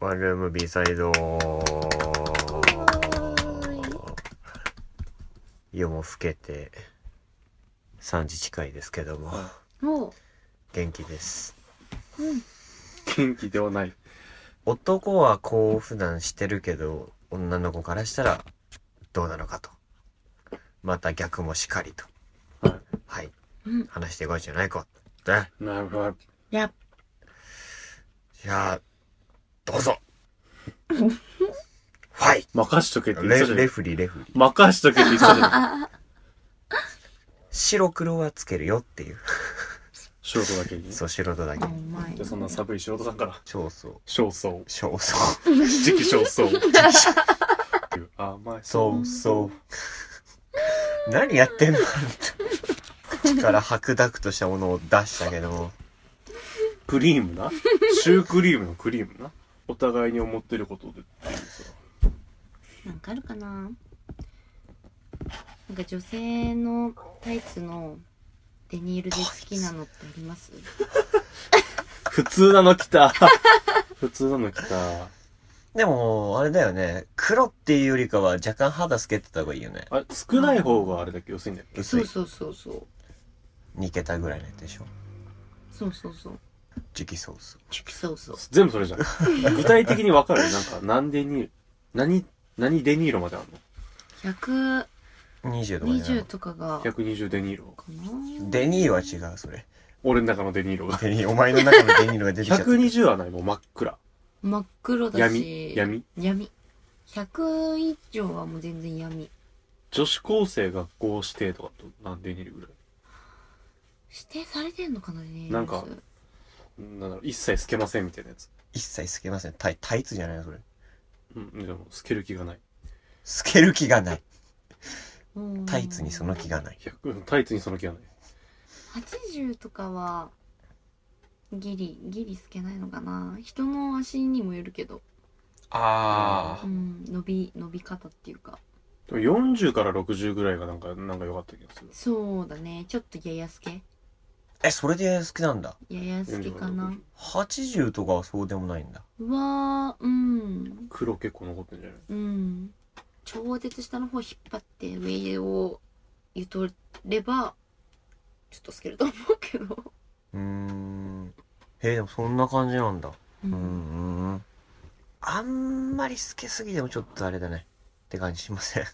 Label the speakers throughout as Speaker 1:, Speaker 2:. Speaker 1: ワンルーム B サイド
Speaker 2: ー
Speaker 1: 夜も更けて3時近いですけども
Speaker 3: は
Speaker 2: も
Speaker 1: 元気です
Speaker 2: う、うん、
Speaker 3: 元気ではない。
Speaker 1: 男はこう普段してるけど女の子からしたらどうなのかとまた逆もしかりと
Speaker 3: は
Speaker 1: はい
Speaker 2: うん、
Speaker 1: 話していこうじゃないかね
Speaker 3: い。なるほど。
Speaker 2: やっ
Speaker 1: じゃあどう ぞはい
Speaker 3: 任しとけって言ってた
Speaker 1: レ
Speaker 3: じゃ
Speaker 1: レ
Speaker 3: ん。
Speaker 1: フリーレフリー
Speaker 3: 任しとけって言ってたじゃん。
Speaker 2: ぱ、
Speaker 1: 白黒はつけるよっていう
Speaker 3: ショートだけに。
Speaker 1: そう白とだけ
Speaker 2: あ、うまい
Speaker 3: で、。そんな寒い仕事だから。
Speaker 1: そうそう
Speaker 3: 焦燥。
Speaker 1: そうそ
Speaker 3: 時期焦燥。甘い。
Speaker 1: う。そう そう。何やってんのあんた口から白濁としたものを出したけども。
Speaker 3: クリームな。シュークリームのクリームな。お互いに思ってることで。
Speaker 2: なんかあるかななんか女性のタイツのデニールで好きなのってあります
Speaker 3: 普通なの来 た。普通なの来た。
Speaker 1: でも、あれだよね。黒っていうよりかは若干肌透けてた方がいいよね。
Speaker 3: あれ、少ない方があれだっけ薄いんだっけ
Speaker 1: 薄
Speaker 2: そう
Speaker 1: い。
Speaker 2: そうそうそう。
Speaker 1: 2桁ぐらいのやつでしょ。
Speaker 2: そうそうそう。
Speaker 1: 直ソース。
Speaker 2: そうそう。
Speaker 3: 全部それじゃん。具体的にわかるなんか、何デニール、何、何デニーロまであるの
Speaker 2: 120
Speaker 1: 20とかじゃない
Speaker 2: とかが、か
Speaker 3: ?120 デニーロ。
Speaker 2: な
Speaker 1: デニーは違う、それ。
Speaker 3: 俺の中のデニーロが。
Speaker 1: デニー、お前の中のデニーのが出て きちゃった。
Speaker 3: 120はない、もう真っ暗。
Speaker 2: 真っ黒だし
Speaker 3: 闇、、闇。
Speaker 2: 闇。100以上はもう全然闇。
Speaker 3: 女子高生学校指定とかと何デニールぐらい。
Speaker 2: 指定されてんのかなね。
Speaker 3: なんかなんだろう、一切透けませんみたいなやつ。
Speaker 1: 一切透けません。タイ、タイツじゃないの、それ。
Speaker 3: うん、でも透ける気がない。
Speaker 1: 透ける気がない。
Speaker 2: うん
Speaker 1: タイツにその気がない。
Speaker 3: 100うんタイツにその気がない。
Speaker 2: 80とかはギリギリ透けないのかな人の足にもよるけど、
Speaker 1: あ
Speaker 2: う。ん、伸び伸び方っていうか
Speaker 3: でも40から60ぐらいがなんか、なんか良かった気がする。
Speaker 2: そうだねちょっとやや透け
Speaker 1: え、それで好きなんだ。
Speaker 2: やや透けかな
Speaker 3: 40
Speaker 1: 80
Speaker 3: 60
Speaker 1: とかはそうでもないんだ。
Speaker 2: うわーうん
Speaker 3: 黒結構残ってるんじゃない
Speaker 2: うん超絶下の方引っ張って上をゆとればちょっと透けると思うけど
Speaker 1: うーん。へえ、でもそんな感じなんだ。
Speaker 2: う
Speaker 1: うーん。あんまり透けすぎてもちょっとあれだね。って感じしません。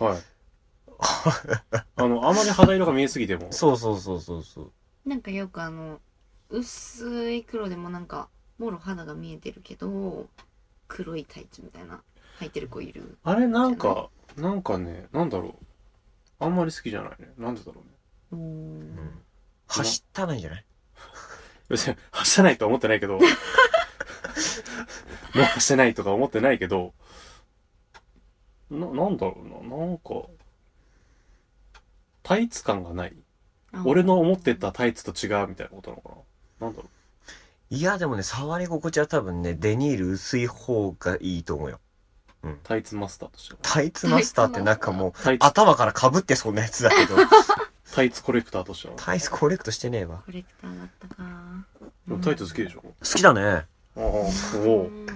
Speaker 3: はい。 あの、あまり肌色が見えすぎても。
Speaker 1: そうそうそうそうそう。
Speaker 2: なんかよくあの薄い黒でもなんかもろ肌が見えてるけど黒いタイツみたいな履いてる子いる
Speaker 3: あれなんか、なんかね、なんだろう。あんまり好きじゃないね。なんでだろ
Speaker 2: う
Speaker 3: うね。
Speaker 1: うんん。走ったないんじゃない
Speaker 3: 別に、はしてないとは思ってないけ ど、もうはしてないとか思ってないけど、な、なんだろうな、なんか、タイツ感がない。俺の思ってたタイツと違うみたいなことなのかな。なんだろ
Speaker 1: いや、でもね、触り心地は多分ね、デニール薄い方がいいと思うよ。
Speaker 3: う。タイツマスターとして。
Speaker 1: タイツマスターってなんかもう、
Speaker 3: タイツ、
Speaker 1: 頭から被ってそうなやつだけ ど、
Speaker 3: タイツコレクターとしては。
Speaker 1: タイツコレクトしてねえわ。
Speaker 2: コレクターだったか
Speaker 3: でもタイツ好きでしょ
Speaker 1: 好きだね。
Speaker 3: ああ、お
Speaker 2: う
Speaker 3: お。
Speaker 2: ん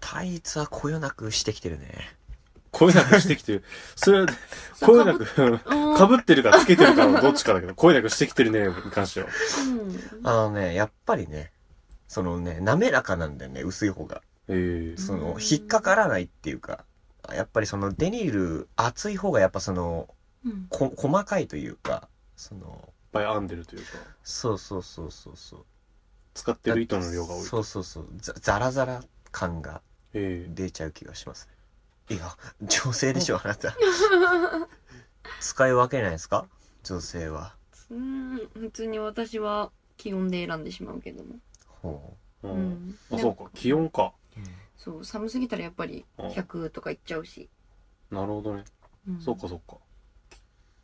Speaker 1: タイツはこよなくしてきてるね。
Speaker 3: 声なくしてきてる。 それは、声なく、
Speaker 2: うん
Speaker 3: 被ってるかつけてるかのどっちかだけど、声なくしてきてるね、に関しては。
Speaker 2: うん
Speaker 1: あのね、やっぱりね、そのね、滑らかなんだよね、薄い方が。
Speaker 3: ええ
Speaker 1: その
Speaker 2: う、ん
Speaker 1: 引っかからないっていうか、あやっぱりそのデニール、厚い方がやっぱその、
Speaker 2: うん
Speaker 1: こ、細かいというか、その、
Speaker 3: いっぱい編んでるというか、
Speaker 1: そうそうそうそうそう。
Speaker 3: 使ってる糸の量が多い。
Speaker 1: そうそうそう。ざザラザラ感が
Speaker 3: ええ
Speaker 1: 出ちゃう気がしますね。いや、女性でしょ、あなた。使い分けないですか女性は。
Speaker 2: うん普通に私は気温で選んでしまうけども、
Speaker 1: ほ
Speaker 3: う。
Speaker 2: うんん
Speaker 3: あ、そうか。気温か。
Speaker 1: う。
Speaker 2: そう寒すぎたらやっぱり
Speaker 3: うん
Speaker 2: 100とかいっちゃうし、
Speaker 3: なるほどね。
Speaker 2: うん
Speaker 3: そうか、そうか。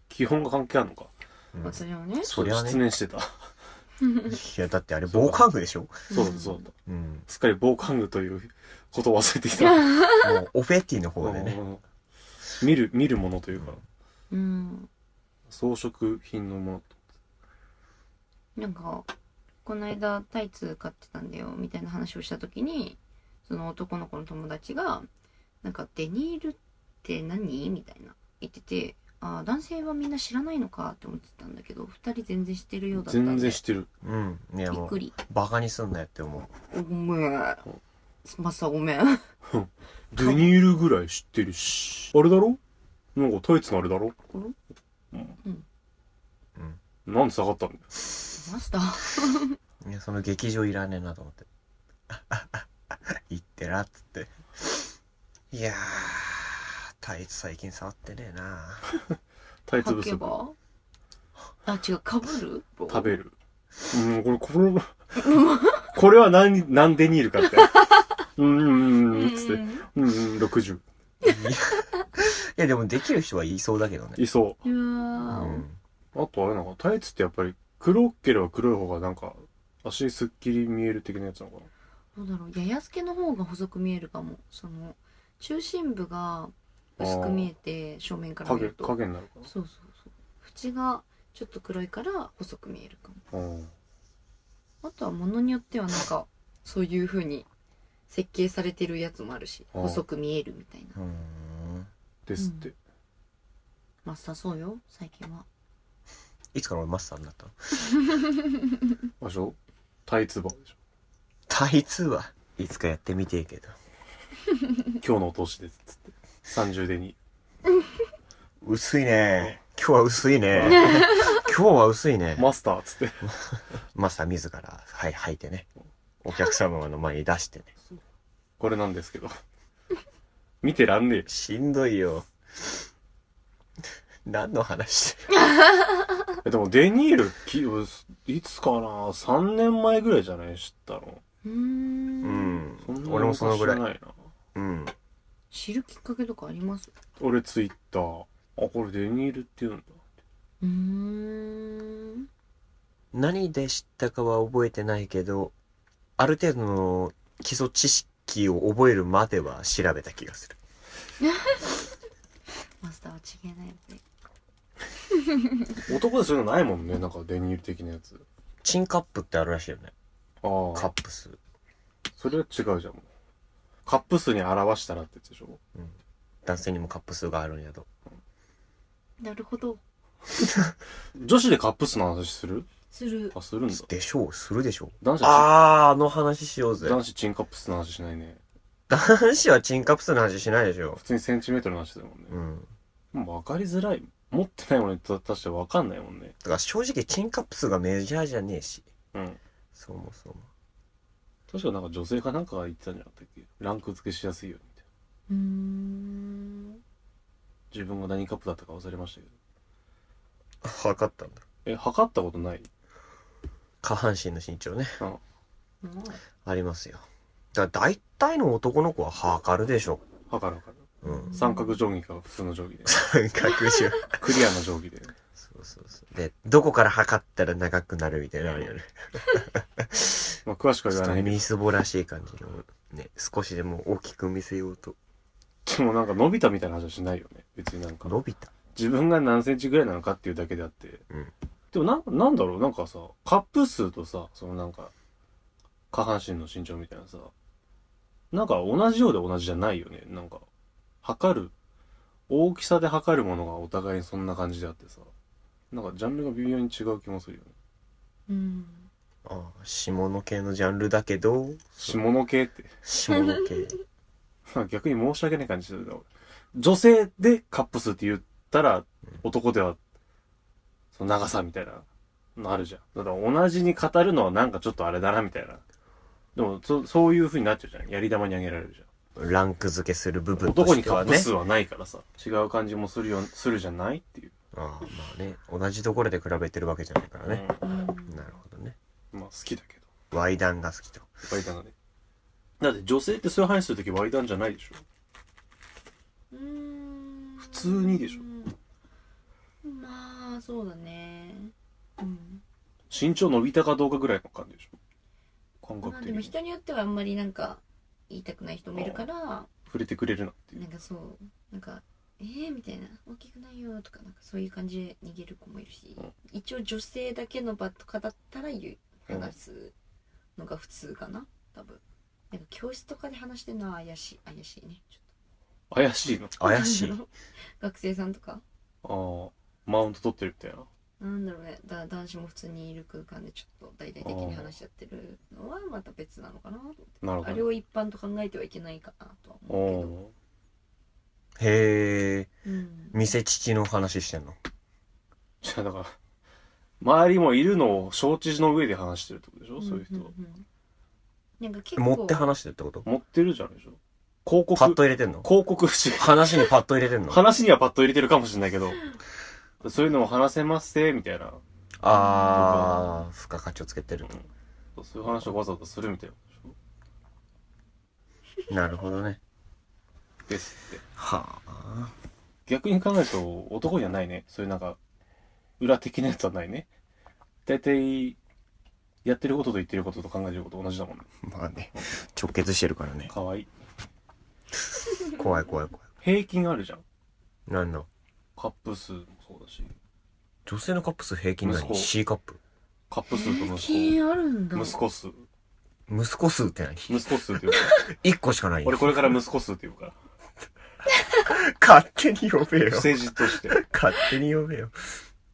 Speaker 3: 気温が関係あるのか。
Speaker 1: うん
Speaker 2: 私はね
Speaker 1: そりゃ
Speaker 3: 失
Speaker 1: ね。
Speaker 3: 念してた。
Speaker 1: いや、だってあれ防寒具でしょ
Speaker 3: そう だった、そうだっ
Speaker 1: うん。
Speaker 3: た。すっかり防寒具ということを忘れてきた。
Speaker 1: もう、オフェティの方でね。
Speaker 3: うん見る、見るものというか、
Speaker 2: うん
Speaker 3: 装飾品のもの。
Speaker 2: なんかこの間タイツ買ってたんだよみたいな話をした時にその男の子の友達がなんかデニールって何みたいな言っててああ男性はみんな知らないのかって思ってたんだけど2人全然知ってるようだったんで
Speaker 3: 全然知ってる
Speaker 1: うん。いや
Speaker 2: びっ
Speaker 1: も
Speaker 2: く
Speaker 1: う、
Speaker 2: り
Speaker 1: バカにすんなよって思う。
Speaker 2: ごめんマサごめん
Speaker 3: デニールぐらい知ってるしあれだろなんかタイツのあれだろ
Speaker 2: うん
Speaker 3: うん
Speaker 1: うん
Speaker 3: なんで下がったんだよ
Speaker 2: マスター
Speaker 1: いや、その劇場いらねえなと思って。 行ってらっつって。いやー、タイツ最近触ってねえな
Speaker 3: タイツ
Speaker 2: 履
Speaker 3: 不
Speaker 2: け
Speaker 3: 足
Speaker 2: ばあ違うかぶる
Speaker 3: 食べるうんこれこ のこれは何何デニールかって うんうんうんっつって
Speaker 2: うん
Speaker 3: うんうん60
Speaker 1: いや、いやでもできる人はいそうだけどね。
Speaker 3: いそう
Speaker 1: う
Speaker 2: わー
Speaker 1: ん。
Speaker 3: あとあれなのかタイツってやっぱり黒ければ黒い方がなんか足すっきり見える的なやつなのか
Speaker 2: ど
Speaker 3: な
Speaker 2: うだろうややすけの方が細く見えるかもその中心部が薄く見えて正面から見
Speaker 3: 影
Speaker 2: ると
Speaker 3: 影になるか
Speaker 2: そうそうそう縁がちょっと黒いから細く見えるかも
Speaker 3: なうん
Speaker 2: あとは物によってはなんかそういう風に設計されてるやつもあるし
Speaker 3: あー
Speaker 2: 細く見えるみたいな
Speaker 1: うーん。
Speaker 3: ですって
Speaker 2: マスターそうよ最近はい
Speaker 1: つから俺マスターになったの
Speaker 3: あしょタイツバーでしょ
Speaker 1: タイツはいつかやってみてえけど。
Speaker 3: 今日のお通しですっつって30デニール
Speaker 1: 薄いね今日は薄い ね今日は薄いね。
Speaker 3: マスターっつって。
Speaker 1: マスター自ら、はい、履いてね。お客様の前に出してね。
Speaker 3: これなんですけど。見てらんねえ。
Speaker 1: しんどいよ。何の話
Speaker 3: えでもデニールき、いつかな ?3 年前ぐらいじゃない知ったの。
Speaker 2: うー
Speaker 1: うんん
Speaker 3: んな。
Speaker 1: 俺もそのぐらい。
Speaker 3: 昔じゃな
Speaker 1: う
Speaker 3: な
Speaker 1: ん。
Speaker 2: 知るきっかけとかあります
Speaker 3: 俺ツイッター。あ、これデニールって言うんだ。
Speaker 2: うーん
Speaker 1: 何で知ったかは覚えてないけど、ある程度の基礎知識を覚えるまでは調べた気がする。
Speaker 2: マスターは違えないよね
Speaker 3: 男でそういうのないもんね。なんかデニール的なやつ。
Speaker 1: チンカップってあるらしいよね。
Speaker 3: あ
Speaker 1: カッ
Speaker 3: あ。
Speaker 1: プ数。
Speaker 3: それは違うじゃん。もうカップ数に表したらってやつでしょ
Speaker 1: 男性にもカップ数があるんやと。
Speaker 2: なるほど
Speaker 3: 女子でカップ数の話する
Speaker 2: する
Speaker 3: あ、するんだ。
Speaker 1: でしょうするでしょう
Speaker 3: 男子は
Speaker 1: あー、あの話しよう
Speaker 3: チ
Speaker 1: ぜ
Speaker 3: ン。男子チンカップ数の話しないね。
Speaker 1: 男子はチンカップ数の話しないでしょ
Speaker 3: 普。通にセンチメートルの話だもんね。
Speaker 1: うん。
Speaker 3: もう分かりづらい。持ってないものに出して分かんないもんね。
Speaker 1: だから正直チンカップ数がメジャーじゃねえし。
Speaker 3: うん。
Speaker 1: そもそも。
Speaker 3: 確かなんか女性かなんかが言ってたんじゃなかったっけランク付けしやすいようにみたいな。
Speaker 2: うーん
Speaker 3: 自分が何カップだったか忘れましたけど。
Speaker 1: 測ったんだ。
Speaker 3: え、測ったことない
Speaker 1: 下半身の身長ね。
Speaker 2: まあ
Speaker 1: ありますよ。だから大体の男の子は測るでしょ。
Speaker 3: 測る測る。
Speaker 1: うん。
Speaker 3: 三角定規か普通の定規で。
Speaker 1: 三角定
Speaker 3: クリアの定規で。
Speaker 1: そうそうそう。で、どこから測ったら長くなるみたいなのあるよね。
Speaker 3: まあ詳しく
Speaker 1: ちょ
Speaker 3: は言
Speaker 1: っ
Speaker 3: わ
Speaker 1: と
Speaker 3: ないけ
Speaker 1: みすぼらしい感じの、ね、少しでも大きく見せようと。
Speaker 3: ど。でもなんか伸びたみたいな話はしないよね。別になんか。
Speaker 1: 伸びた。
Speaker 3: 自分が何センチぐらいなのかっていうだけであって。
Speaker 1: うん
Speaker 3: でもなんなんだろうなんかさ、カップ数とさ、そのなんか、下半身の身長みたいなさ、なんか同じようで同じじゃないよね。なんか、測る、大きさで測るものがお互いにそんな感じであってさ、なんかジャンルが微妙に違う気もするよね。
Speaker 2: うん
Speaker 1: ああ、下の系のジャンルだけど、
Speaker 3: 下の系って。
Speaker 1: 下の系。
Speaker 3: 逆に申し訳ない感じするな、俺女性でカップ数って言ったら、男では、その長さみたいなのあるじゃん。だから同じに語るのはなんかちょっとあれだな、みたいな。でも、そ、そういう風になっちゃうじゃん。やり玉にあげられるじゃ
Speaker 1: ランク付けする部
Speaker 3: ん。
Speaker 1: 分と
Speaker 3: 男
Speaker 1: し
Speaker 3: に
Speaker 1: て
Speaker 3: カ
Speaker 1: は
Speaker 3: ップ
Speaker 1: ね。
Speaker 3: 数はないからさ、違う感じもするよ、するじゃないっていう。
Speaker 1: ああ、まあね。同じところで比べてるわけじゃないからね。
Speaker 2: うん
Speaker 1: なるほどね。
Speaker 3: うん。まあ好きだけど。
Speaker 1: ワイダンが好きと。
Speaker 3: バイダンがね。だって女性ってそういう話するときバイダンじゃないでしょ。
Speaker 2: 普
Speaker 3: 普通にでしょ
Speaker 2: まあそうだねうん
Speaker 3: 身長伸びたかどうかぐらいの感じでしょ。感
Speaker 2: まあ
Speaker 3: 覚
Speaker 2: で
Speaker 3: 的
Speaker 2: も
Speaker 3: に。
Speaker 2: 人によってはあんまりなんか言いたくない人もいるから
Speaker 3: 触れてくれるなっていう
Speaker 2: なん。かそうなんか「えー?」みたいな「大きくないよ」とかなんかそういう感じで逃げる子もいるし
Speaker 3: うん
Speaker 2: 一応女性だけの場とかだったら言う
Speaker 3: うん
Speaker 2: 話すのが普通かな多分でなんか教室とかで話してるのは怪しい怪しいねちょっ
Speaker 3: 怪しいの
Speaker 2: と
Speaker 1: 怪 しい
Speaker 2: 学生さんとか
Speaker 3: ああマウント取ってるみたいな
Speaker 2: なんだろうねだ男子も普通にいる空間でちょっと大々的に話し合ってるのはまた別なのかなと思って
Speaker 3: なるほ
Speaker 2: あれ
Speaker 3: どね
Speaker 2: を一般と考えてはいけないかなとは
Speaker 3: お
Speaker 2: 思う
Speaker 3: お
Speaker 1: へえ
Speaker 2: けど、うん、
Speaker 1: 店父の話してんの
Speaker 3: じゃあだから周りもいるのを承知の上で話してるってことでしょ、そういう人
Speaker 2: んんんなんか結構
Speaker 1: 持って話してるってこと
Speaker 3: 持ってるじゃないでしょ広告
Speaker 1: パッと入れてんの
Speaker 3: 広告し
Speaker 1: 話にパッと入れてんの
Speaker 3: 話にはパッと入れてるかもしれないけどそういうのも話せますせみたいな
Speaker 1: あー、付加価値をつけてる
Speaker 3: そういう話をわざわざするみたいなことでし
Speaker 1: と。なるほどね。
Speaker 3: ょですって
Speaker 1: はあ。
Speaker 3: 逆に考えると男じゃないねそういうなんか裏的なやつはないね大体やってることと言ってることと考えてること同じだもんね
Speaker 1: まあね、直結してるからね。
Speaker 3: かわいい
Speaker 1: 怖い怖い怖い。
Speaker 3: 平均あるじゃん
Speaker 1: なんだ
Speaker 3: カップ数もそうだし
Speaker 1: 女性のカップ数平均
Speaker 3: 息子
Speaker 1: 何 ?C カップ
Speaker 3: カップ数と息
Speaker 2: 経
Speaker 3: 子
Speaker 2: 営あるんだ
Speaker 3: 息子数
Speaker 1: 息子数って何
Speaker 3: 息子数って言う から
Speaker 1: ?1 個しかないよ
Speaker 3: 俺。これから息子数って言うから
Speaker 1: 勝手に呼べよ
Speaker 3: 不。正実として
Speaker 1: 勝手に呼べよ。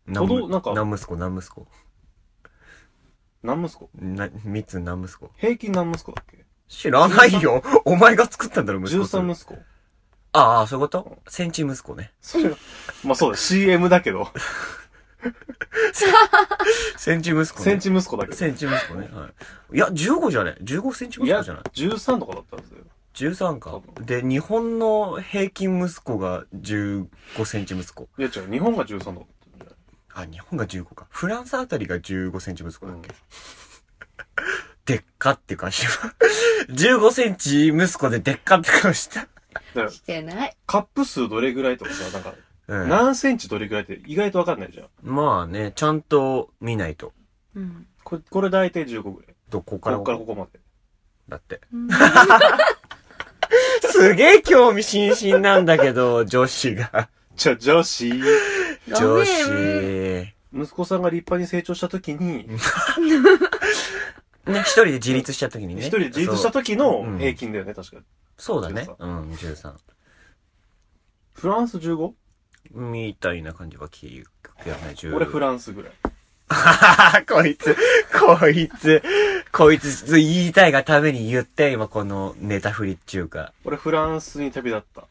Speaker 3: 都
Speaker 1: 何
Speaker 3: 道なんか
Speaker 1: 何息子何息子
Speaker 3: 何息子
Speaker 1: な、三つ何息子
Speaker 3: 平均何息子だっけ
Speaker 1: 知らないよお前が作ったんだろ、息子数。
Speaker 3: 13息子
Speaker 1: ああ、そういうことセンチ息子ね。
Speaker 3: それはまあそうだ CM だけど
Speaker 1: センチ息子ね。
Speaker 3: センチ息子だけど
Speaker 1: センチ息子ね。はい。いや、15じゃね15センチ
Speaker 3: い
Speaker 1: 息
Speaker 3: や
Speaker 1: 子じゃない
Speaker 3: 13とかだったんですよ
Speaker 1: ?13
Speaker 3: 多
Speaker 1: か。
Speaker 3: 分
Speaker 1: で、日本の平均息子が15センチ息子。
Speaker 3: いや違う日本が13とかだったんじゃない
Speaker 1: あ、日本が15か。フランスあたりが15センチ息子だっけ、
Speaker 3: う
Speaker 1: でっかって感じ。15センチ息子ででっかって顔した。
Speaker 3: だから
Speaker 2: してない
Speaker 3: カップ数どれぐらいとかさなんか
Speaker 1: うん。
Speaker 3: 何センチどれぐらいって意外とわかんないじゃん
Speaker 1: まあね、ちゃんと見ないと。
Speaker 2: うん、
Speaker 3: これこれ大体15ぐらい
Speaker 1: どこか
Speaker 3: こ
Speaker 1: ら
Speaker 3: こからここまで
Speaker 1: だって。
Speaker 2: うん、
Speaker 1: すげえ興味津々なんだけど、女子が。
Speaker 3: じゃあ女子
Speaker 1: 女
Speaker 2: ごめん
Speaker 1: 子。
Speaker 3: 息子さんが立派に成長した時に
Speaker 1: ね、一人で自立した時にね。
Speaker 3: 一人で自立した時の
Speaker 1: うん
Speaker 3: 平均だよね確かに
Speaker 1: そうそうだね
Speaker 3: 13。
Speaker 1: うん、13。
Speaker 3: フランス 15?
Speaker 1: みたいな感じは聞くよね、10。
Speaker 3: 俺フ
Speaker 1: ラ
Speaker 3: ランスぐら い
Speaker 1: こいつ、こいつ、こいつ、言いたいがために言って、今このネタ振りっちゅうか。
Speaker 3: 俺フランスに旅立った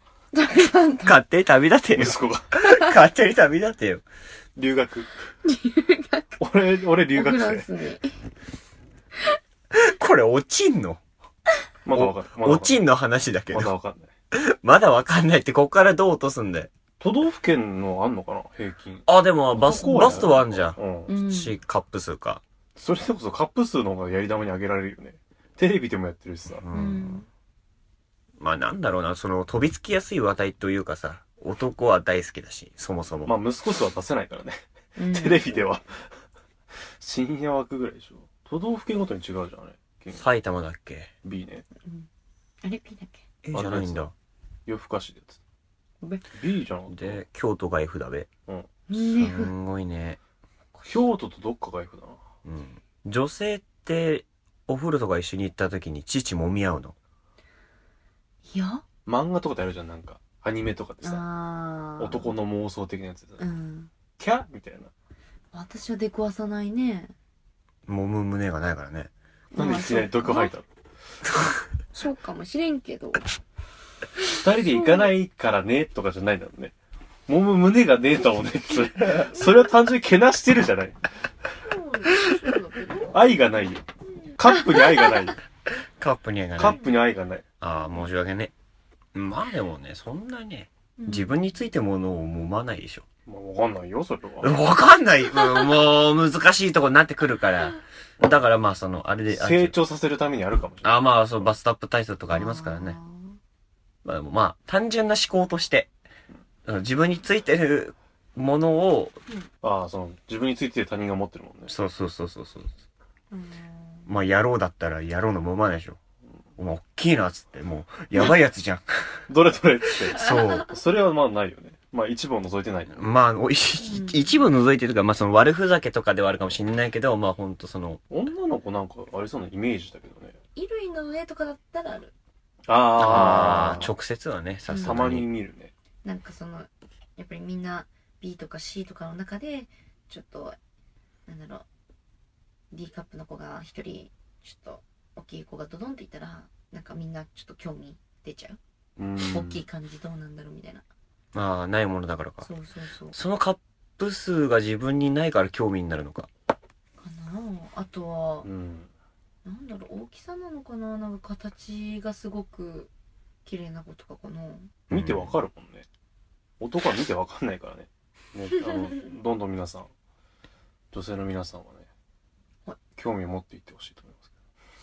Speaker 1: 勝手に旅立てよ。
Speaker 3: 息子が
Speaker 1: 勝手に旅立てよ。
Speaker 3: 留学俺俺留学
Speaker 2: フラン
Speaker 3: 生
Speaker 2: スに
Speaker 1: これ、落ちんの
Speaker 3: まだわかんないまだわ
Speaker 1: 落
Speaker 3: かん
Speaker 1: ちんの話だけ
Speaker 3: ないまだ
Speaker 1: ど。
Speaker 3: わかんない
Speaker 1: まだわかんないって、ここからどう落とすんだよ。
Speaker 3: 都道府県のあんのかな平均
Speaker 1: あ、でも、バス、
Speaker 3: 男はや
Speaker 1: バ
Speaker 3: る
Speaker 1: ストはあんじゃん。
Speaker 3: う
Speaker 2: うんん
Speaker 1: C カップ数か。
Speaker 3: それこそカップ数の方がやり玉にあげられるよねテレビでもやってるしさ
Speaker 1: う。
Speaker 2: うんん
Speaker 1: まあなんだろうな、その飛びつきやすい話題というかさ、男は大好きだし、そもそも。
Speaker 3: まあ息子数は出せないか らね
Speaker 2: うん
Speaker 3: テレビでは深夜枠ぐらいでしょ都道府県ごとに違うじゃんあれ県
Speaker 1: 埼玉だっけ
Speaker 3: B ね
Speaker 2: あれ P だっけ
Speaker 1: え
Speaker 3: じゃないんだ。夜更かしでやつ
Speaker 2: ごめん
Speaker 3: B じゃなかった
Speaker 1: で、京都が F だべ。
Speaker 2: ね
Speaker 1: すんごいね。
Speaker 3: 京都とどっかが F だな
Speaker 1: うん。女性って、お風呂とか一緒に行った時に父揉み合うの。
Speaker 2: いや
Speaker 3: 漫画とかであるじゃんなんかアニメとかでさ
Speaker 2: あー
Speaker 3: 男の妄想的なやつでさ
Speaker 2: うん
Speaker 3: キャみたいな
Speaker 2: 私は出くわさないね
Speaker 1: 揉む胸がないからね。
Speaker 3: なんでいきなり毒吐いたの
Speaker 2: そうかもしれんけど
Speaker 3: 二人で行かないからねとかじゃないんだろうねもむ胸がねえともねそれそれは単純にけなしてるじゃない
Speaker 2: そうそうだけど
Speaker 3: 愛がないよカップに愛がないよ
Speaker 1: カップにはな
Speaker 3: カ
Speaker 1: ら
Speaker 3: ッ
Speaker 1: ない。
Speaker 3: プに愛がない
Speaker 1: ああ、申し訳ね。まあでもね、そんなね、
Speaker 2: うん
Speaker 1: 自分についてものを揉まないでしょ。
Speaker 3: まあ、わかんないよそれは
Speaker 1: わかんない、うんもう難しいとこになってくるから。だからまあその、あれで、あ
Speaker 3: 成長させるためにあるかもしれない
Speaker 1: あ、まあ、そう、バストアップ体操とかありますからね。まあ、でもまあ、単純な思考として、うん自分についてるものを、
Speaker 3: ああその自分について他人が持ってるもんね
Speaker 1: そうそうそうそうそう。
Speaker 2: あーうん
Speaker 1: まあ、野郎だったら野郎のままでしょ。お前、おっきいな、つって、もう、やばいや つじゃん。
Speaker 3: どれどれっつっ
Speaker 1: そう。
Speaker 3: てそれはまあないよねまあ一部を除いてないから
Speaker 1: まあ、おい一部除いてるとか、まあ、その悪ふざけとかではあるかもしれないけど、まあ、ほんとその、
Speaker 3: 女の子なんかありそうなイメージだけどね
Speaker 2: 衣類の上とかだったらある
Speaker 1: あ
Speaker 3: あ
Speaker 1: あ、
Speaker 3: あ、
Speaker 1: 直接はね、さす
Speaker 3: た
Speaker 1: が
Speaker 3: まに
Speaker 1: に。
Speaker 3: 見るね。
Speaker 2: なんかそのやっぱりみんな B とか C とかの中でちょっとなんだろう D カップの子が一人ちょっと大きい子がドドンっていたらなんかみんなちょっと興味出ちゃう
Speaker 3: うん
Speaker 2: 大きい感じどうなんだろうみたいな、
Speaker 1: ああ、ないものだからか。
Speaker 2: そうそうそう
Speaker 1: そのカップ数が自分にないから興味になるのか。
Speaker 2: かなあとは
Speaker 3: うん。
Speaker 2: なんだろう大きさなのかななんか形がすごく綺麗な子とかかな
Speaker 3: 見てわかるもんね。男は見てわかんないからね。ね、あの、どんどん皆さん、女性の皆さんは
Speaker 2: は
Speaker 3: ね、興味を持っていってほしいと思います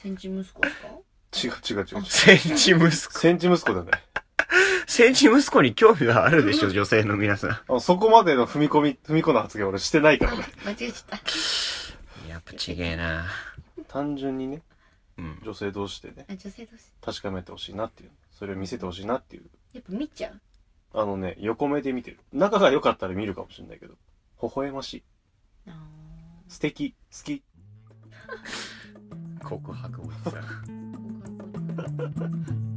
Speaker 2: センチ息子ですか
Speaker 3: けど。違う違う違う違う。
Speaker 1: センチ息 子。
Speaker 3: センチ息子だね。
Speaker 1: センチ息子に興味はあるでしょ、女性の皆さん。
Speaker 3: あそこまでの踏み込み、踏み込んだ発言俺してないからね。
Speaker 2: 間違えちゃった
Speaker 1: やっぱちげえな。
Speaker 3: 単純にね、
Speaker 1: うん。
Speaker 3: 女性同士でね、
Speaker 2: あ女性同士
Speaker 3: 確かめてほしいなっていう。それを見せてほしいなっていう。
Speaker 2: やっぱ見ちゃう
Speaker 3: あのね、横目で見てる。仲が良かったら見るかもしれないけど、微笑ましい。
Speaker 2: あ
Speaker 3: 素敵。好き。
Speaker 1: 告白おじさん。
Speaker 2: ー